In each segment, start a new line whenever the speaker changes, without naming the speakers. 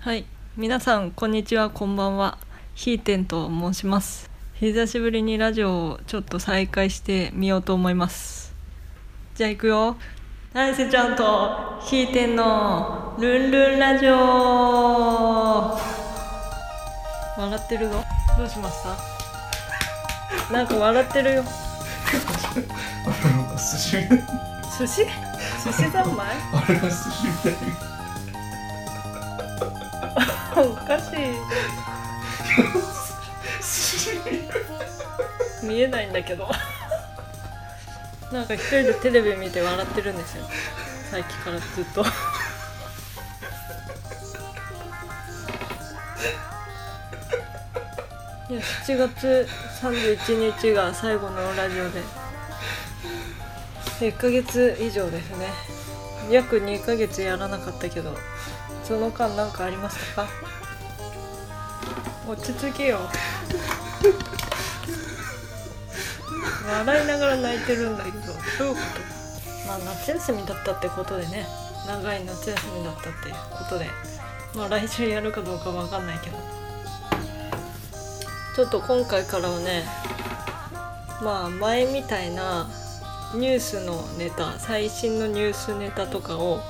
はい、皆さんこんにちはこんばんは。ひーてんと申します。久しぶりにラジオをちょっと再開してみようと思います。じゃあ行くよ。なせちゃんとひーてんのルンルンラジオ。笑ってるぞ。どうしました？なんか笑ってるよ。
あれは寿司みたい
寿司？寿司三昧？
あれは寿司みたい
おかしい。
寿司みたい
見えないんだけど。なんか一人でテレビ見て笑ってるんですよ。最近からずっと。いや7月31日が最後のラジオで1ヶ月以上ですね約2ヶ月やらなかったけどその間何かありましたか落ち着けよ笑いながら泣いてるんだけどどういうことまあ夏休みだったってことでね長い夏休みだったってことでまあ来週やるかどうかわかんないけどちょっと今回からはねまあ前みたいなニュースのネタ最新のニュースネタとかを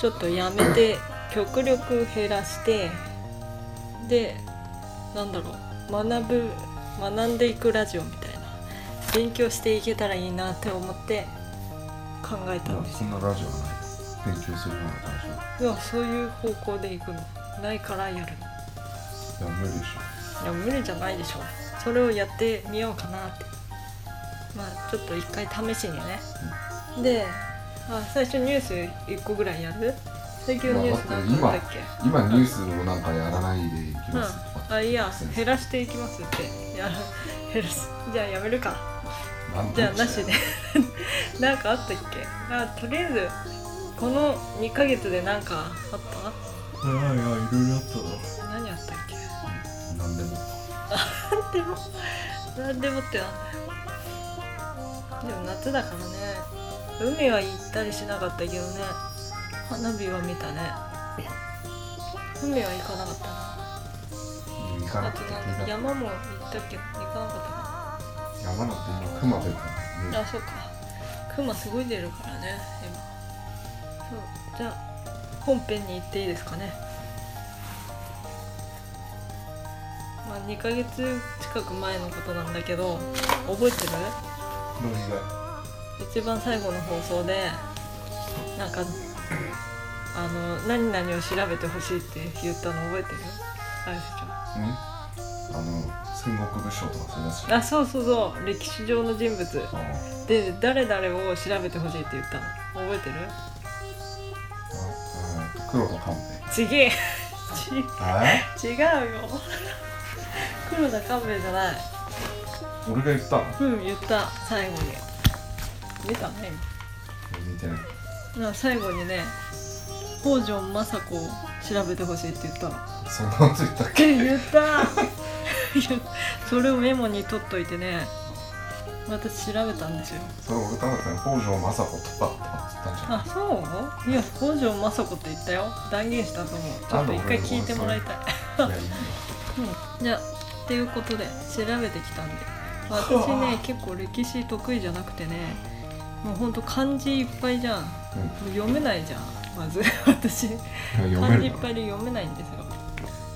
ちょっとやめて極力減らしてでなんだろう学ぶ学んでいくラジオみたいな勉強していけたらいいなって思って考えたんです
そんなラジオはない勉強するようなラジ
うわそういう方向で行くのないからやる
オいや無理でし
いや無理じゃないでしょそれをやってみようかなってまあちょっと一回試しにね、であ最初ニュース1個ぐらいやる最近のニュース何だったっけ、
ょ今ニュースをなんかやらないでいきます、
うん、あいや減らしていきますっていや減らすじゃあやめるか
なん
じゃあな しでなんかあったっけあとりあえずこの2ヶ月で何かあっ
ああいやいろいろあっただ
た何あったっけ
なんでも
なんでもなんでもってなんだよでも夏だからね海は行ったりしなかったけどね花火は見たね海は行かなかったな
行かな
あ
く
と
て
なんだ
いいな
山も行ったけど行かなか
山なんて今熊出るから
った
ね
なあそうか熊すごい出るからね今そうじゃあ本編に行っていいですかねまあ2ヶ月近く前のことなんだけど覚えてる
どういうが
一番最後の放送でなんかあの何々を調べてほしいって言ったの覚えてるあやせちゃ
うんあの戦国武将とかそういうやつじ
ん
ゃん
あそうそうそう歴史上の人物
あ
で誰々を調べてほしいって言ったの覚えてる
ああ黒田官兵衛
ちげえ
え
ち違うよ黒田勘兵衛じゃない
俺が言ったの
うん言った最後に見たね
見てない
今な最後にね北条政子を調べてほしいって言ったの
そんなこと言ったっけ
って言 ったいやそれをメモに取っといてね私調べたんですよ
それ俺ただ単に北条政子とかとかって言ったんじゃん
あそういや北条政子って言ったよ断言したと思うちょっと一回聞いてもらいたい
いやいいよ
うんじゃあっていうことで調べてき たんで私ね結構歴史得意じゃなくてねもうほんと漢字いっぱいじゃんも
うん
う読めないじゃんまず 私
い
漢
や読
字
め
いっ
るか
ぱ
ら
いで読めないんですよ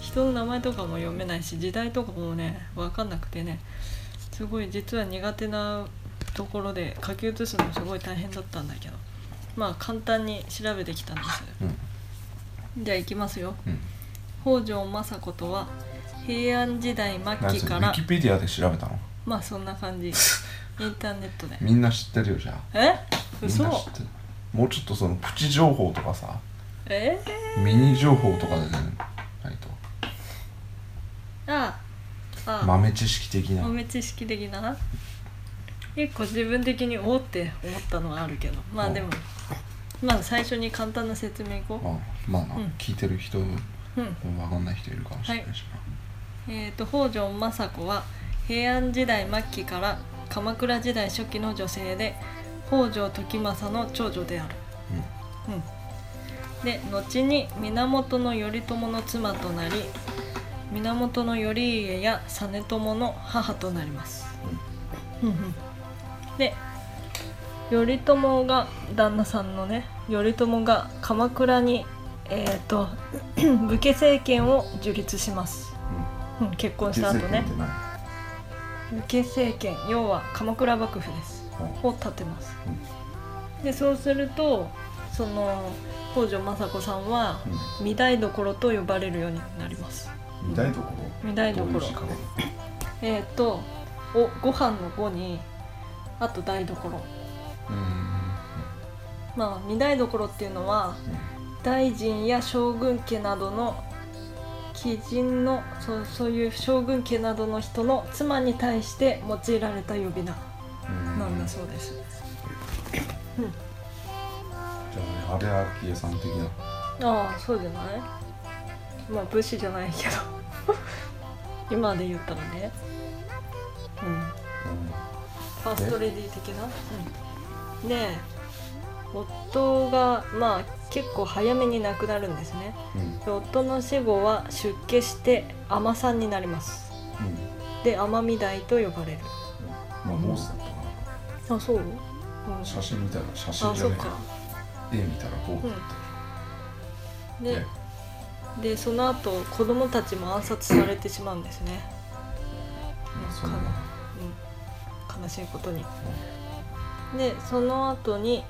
人の名前とかも読めないし時代とかもね分かんなくてねすごい実は苦手なところで書き写すのすごい大変だったんだけどまあ簡単に調べてきたんです
うん
じゃあいきますよ
うん
北条政子とは平安時代
何
末期
それ
か
ウ
ら
ィキペディアで調べたの
まあそんな 感じインターネットで
みんな知ってるよじゃあ
え
みん
嘘
な知ってるもうちょっとそのプチ情報とかさ
え
ミニ情報とかでねないと
ああ
豆知識的な
豆知識的な結構自分的におおって思ったのはあるけどまあでもまず最初に簡単な説明いこ
まあまあな、
うん
聞いてる人わ
う、うん
かんない人いるかもしれないし
えー、と北条政子は平安時代末期から鎌倉時代初期の女性で北条時政の長女である、うんで後に源頼朝の妻となり源頼家や実朝の母となります、うんうんで頼朝が旦那さんのね頼朝が鎌倉にえっ、と 武家政権を樹立します、うん、結婚した後ね
てない
武家政権要は鎌倉幕府です
うん
を立てます、でそうするとその北条政子さんは御台所と呼ばれるようになります
うん、見たいとこ
御台
ろどういう
所
字か
えっ、とおご飯の「ご」にあと台所
うんうん
まあ御台所っていうのは大臣や将軍家などの貴人のそうそういう将軍家などの人の妻に対して用いられた呼び名
うん
なんだ
じ
そうです、
ゃあねあれ昭恵さん的な
ああそうじゃないまあ武士じゃないけど 今で言ったらねうんファーストレディー的な、うん、で夫がまあ結構早めに亡くなるんですね
うんうん
で夫の死後は出家して尼さんになります
うん
で尼御台と呼ばれる
まあモースだったか
あそう、うん、
な
あ
写真見たら写
そ
真
っ
じゃない
か
絵見たらこうだっ
うん
たよ
で
ね
でその後子供たちも暗殺されてしまうんですね、
まあそんな
うん、悲しいことにでその後に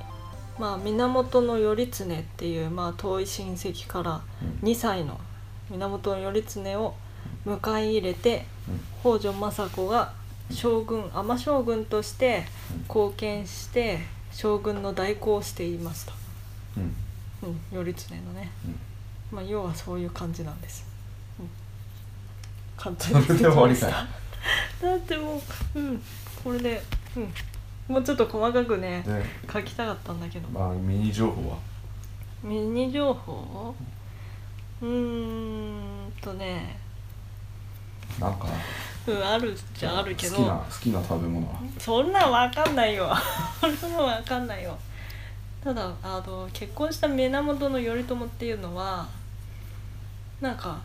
まあ源頼経っていう、まあ、遠い親戚から
うん
2歳の源頼経を迎え入れて北条政子が将軍尼将軍として貢献して将軍の代行をしていました、
うんうん
うん、頼経のね、まあ、要はそういう感じなんです、うん、簡単
うんそれで終わり
した
かい
だってもう、うん、これで、うん、もうちょっと細かくね
で
書きたかったんだけど、
まあミニ情報は
ミニ情報うーんとね、
なんか
うん、あるじゃあるけ
好きな
ど
好きな食べ物は
そんなんわ かんないよそんなんわかんないよただあの結婚した源頼朝っていうのはなんか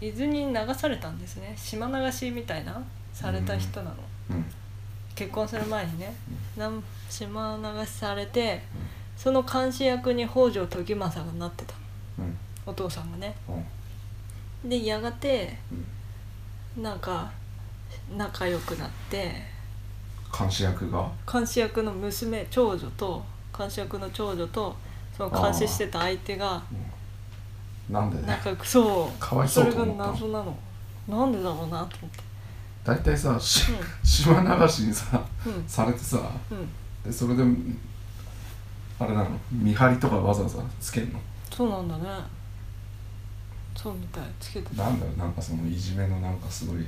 伊豆に流されたんですね島流しみたいなされた人なの、
うん
結婚する前にね、なん島流しされてその監視役に北条時政がなってた
うん
お父さんがね
うん
でやがて
うん
なんか仲良くなって
監視役が
監視役の娘長女と監視役の長女とその監視してた相手が
なんでね
仲良くそう
かわいそう
れ
と
が
思ったの
謎なのなんでだろうなと思って
大体さし島流しにさ
うん
されてさ
うんうん
でそれであれなの見張りとかわざわざつけんの
そうなんだねそうみたいつけてた
なんだろうなんかそのいじめのなんかすごい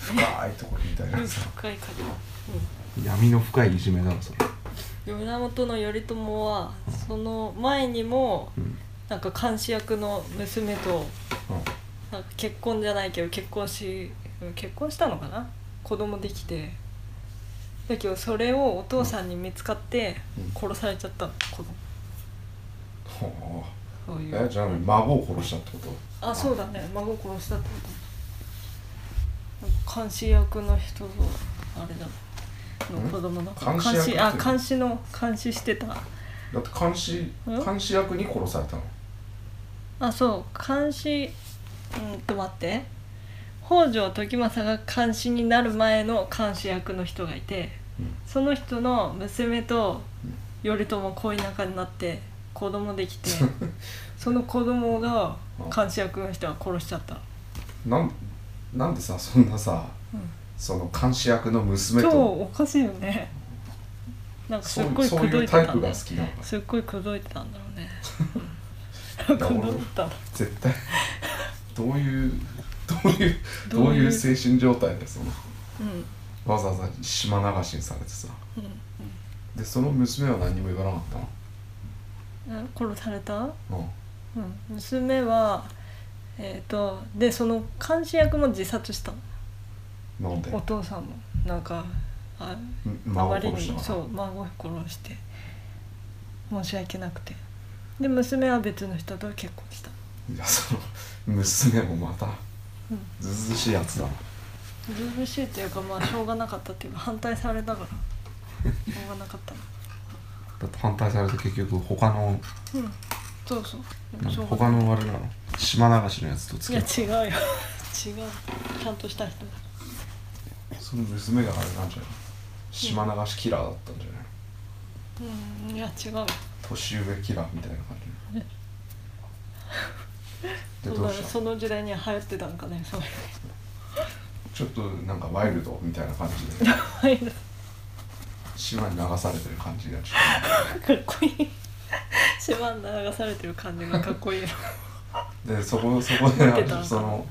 深いところみたい
うん
なさ
深い感じ
闇の深いいじめなのそれ
源頼朝はその前にも
うん
なんか監視役の娘と
うん
なんか結婚じゃないけど結婚しうん結婚したのかな子供できてだけどそれをお父さんに見つかって
うん
殺されちゃったの子供
ほ
そういう
うえじゃあ孫を殺したってこと
あそうだね孫殺したってことなんか監視役の人とあれだの子供の
ん監視役っていう
あ
の
監視の監視してた
だって監視
うん
監視役に殺されたの
あそう監視うんと待って北条時政が監視になる前の監視役の人がいて、
うん
その人の娘と頼朝恋仲になって子供でき てその子供が監視役の人が殺しちゃった、
なんなんでさそんなさ
うん
その監視役の娘
超
と
おかしいよねなんかす
そ
っご
う
い
そ
口
う
説
い
いうてた
タ
ん
イプ
だ
が
よ
好きなのか
すっごい口説いてたんだろ うね
い や
口
俺
説いてたの
絶対どういうどういう
どういう
どういう精神状態でその
うん
わざわざ島流しにされてさ
うん
でその娘は何も言わなかっ
え殺された
たの
うん、娘はえっ、とでその監視役も自殺したの
うんなんで
お父さんもなんかあ
ん
あ
孫
ま
を
り
殺した
に
の
そう孫を殺して申し訳なくてで娘は別の人と結婚した
いやその娘もまた
うん
ずうずうしいやつだな
ずうずうしいというかまあしょうがなかったっていうか反対されたからしょうがなかったな
だって反対されて結局他の
うんそうそうで
な
も
ん
し
か
ょうが
他のあれなの島流しのやつと
い
付
や
き合っ
違うよ 違うちゃんとした人だ
たその娘があれなんじゃない島流しキラーだったんじゃ
う
ない
んいや違うよ
年上キラーみたいな感 じで
そう
どう
だ
し
ね
た
その時代には流行ってたんかね そういう
ちょっとなんかワイルドみたいな感じ で
入る
島に流されてる感じがちょ
かっこいい島に流されてる感じがかっこいいよ、
っとでそこそこで
見てたのかな
その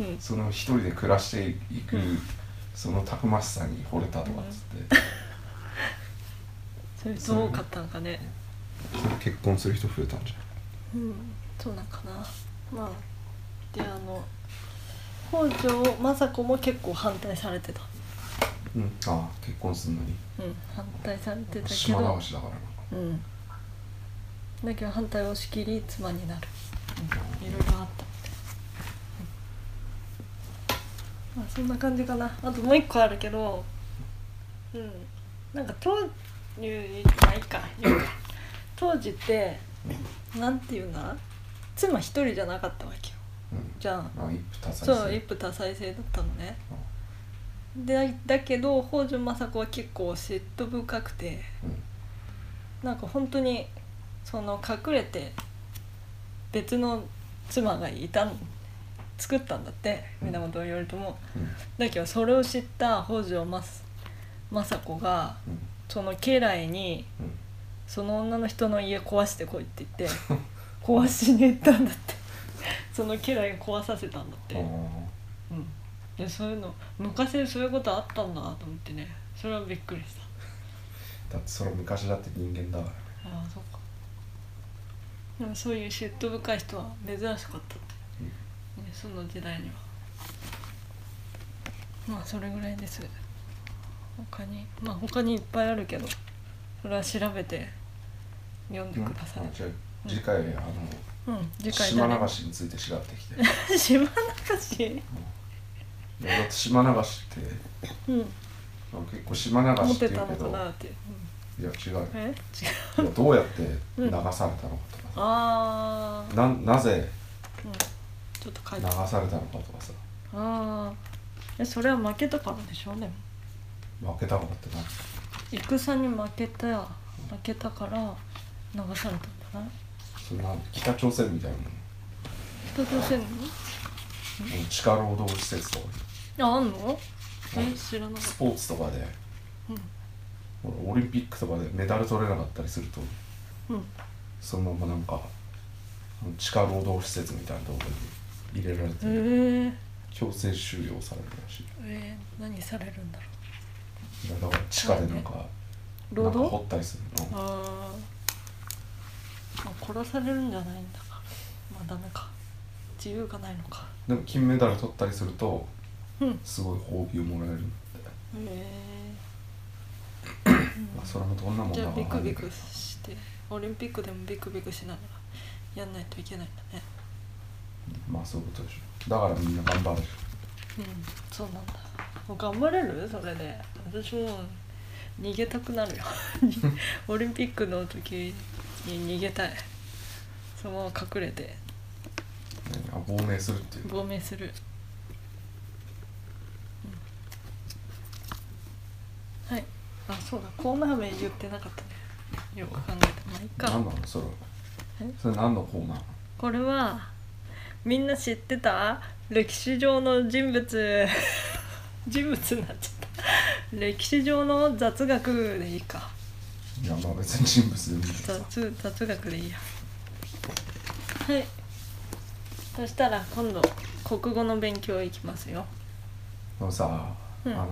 うん、
その一人で暮らしていく、
うん
そのたくましさに惚れたとかっつって、
それどうかったんかね
それ 結婚する人増えたんじ
うんそうなんかなまあであの北条政子も結構反対されてた
ゃん、うん、ああ結婚するのに
うん反対されてたけ
島
ど
流しだからな
うんだけど反対を押し切り妻になる、うん、いろいろあったみたいな、うんまあ、そんな感じかなあともう一個あるけどうんなんか当いうまあいいか言うか当時ってなんていうんだ妻一人じゃなかったわけよ
うん
じゃん
まあ一夫多妻制
そう一夫多妻制だったのねでだけど北条政子は結構嫉妬深くて
うん
なんか本当にその隠れて別の妻がいたの作ったんだって
うん
源頼朝も
うん
だけどそれを知った北条政政子が
うん
その家来に
うん
その女の人の家壊してこいって言って壊しに行ったんだってその家来が壊させたんだって、
あ
うん、でそういうの昔そういうことあったんだなと思ってねそれはびっくりした
あだってそれ昔だって人間だから
ああそうかでもそういう嫉妬深い人は珍しかったって、
うん
ね、その時代にはまあそれぐらいです他にまあ他にいっぱいあるけどそれは調べて読んでください、
じゃあ次回あの、
うん次回
島
誰
流しについて調べてきて
島流し
いやだって島流しっ
う
て
ん
結構島流
持
し
っ
って
て
言
た
うけ
のか
ど
なって、うん、
いや違うよ
え違う
いやどうやって
うん
流されたのかとか、
ああ、
ななぜ
うん、ちょっと書い
流
てあ
されたのかとかさ
あーえそれは負けたからでしょでも
負けたのかってな
戦に負けた負けたから流されたんだな
そんな北朝鮮みたいなもん
北朝鮮に
地下労働施設とか
ああんの
う
え
ん
知らなかっ
スポーツとかで
た
ほらオリンピックとかでメダル取れなかったりすると
うんうん
そのままなんか地下労働施設みたいなところに入れられて、
えー、
強制収容されるらしい
えー、何されるんだろ
だから地下でなんか
う労
なんか
働
掘ったりするの
あー、まあ殺されるんじゃないんだからまあダメか自由がないのか
でも金メダル取ったりすると
うん
すごい褒美をもらえるんで、
え
まあ、それもどんなもん
ー、
だ
じ
か
ゃあ
わ
ビクビ
かんないけど
クしてオリンピックでもビクビクしながらやんないといけないんだね
まあそういうことでしょだからみんな頑張る
うんそうなんだもう頑張れるそれで私もう逃げたくなるよオリンピックの時に逃げたいそのまま隠れて
あ亡命するっていう
亡命する、うん、はいあそうだコーナー名言ってなかったねよく考えたまあいいか
何なのそれは
え
それ何のコーナー
これはみんな知ってた歴史上の人物人物になっちゃった歴史上の雑学でいいか
いやまあ別に人物でもいいけどさ
雑雑学でいいやはいそしたら今度国語の勉強行きますよ
でもさ、
うん
あの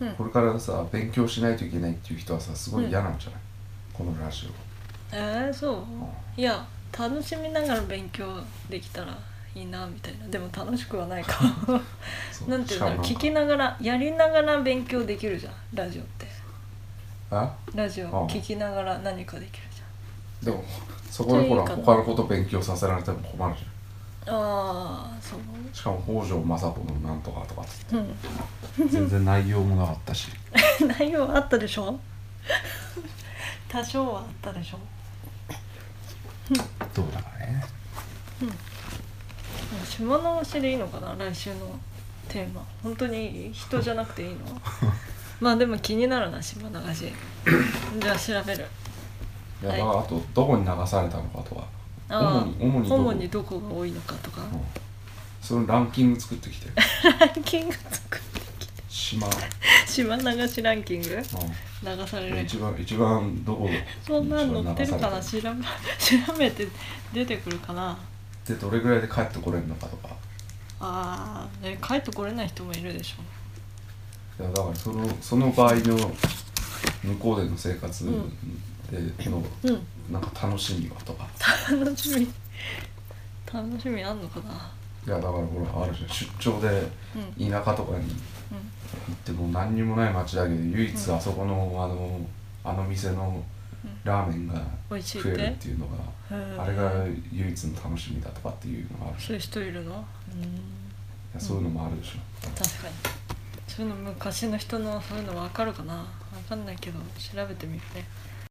うん
これからさ勉強しないといけないっていう人はさすごい嫌なんじゃない、このラジ
えー、そう
オ、うん
いや楽しみながら勉強できたらいいなみたいなでも楽しくはないか
そう
なんていうん
しか
だろう
もなんか
聞きながらやりながら勉強できるじゃんラジオって
あ
ラジオ
ああ
聞きながら何かできるじ
でもそこでほら
いいかな
他のこと勉強させられても困るじゃ
ああそうん
しかも北条政子のなんとかとかっつっ
うん
て 全然内容もなかったし
内容あったでしょ 多少はあったでしょ
どうだかね
もう下の押しでいいのかな来週のテーマ本当にいい人じゃなくていいのまあでも気になるな島流しじゃあ調べる
いや、
はい
だからあとどこに流されたのかとか
あー
主に主にどこ
主にどこが多いのかとか
うんそのランキング作っ てきて
ランキング作る
島、う
島流しランキング流
ん
される
一番一番どこに 一
そんな
番
の載ってるかな
流され
調べ調べて出てくるかな
たでどれぐらいで帰ってこれるのかとか
あーえ帰ってこれない人もいるでしょ
いやだからそのその場合の向こうでの生活での、
うん
なんか楽しみはとか
楽しみ楽しみあんのかない
やだからほらあるじゃん出張で
うん
田舎とかに行っても何にもない町だけど唯一あそこの、あのあの店のラーメンが
美味しいっ
食
て
えるっていうのが、
うんへー
あれが唯一の楽しみだとかっていうのがあるし、
そういう人いるの
いやそういうのもあるでしょ、
うん確かにそういうの昔の人のそういうの分かるかな分かんないけど調べてみるね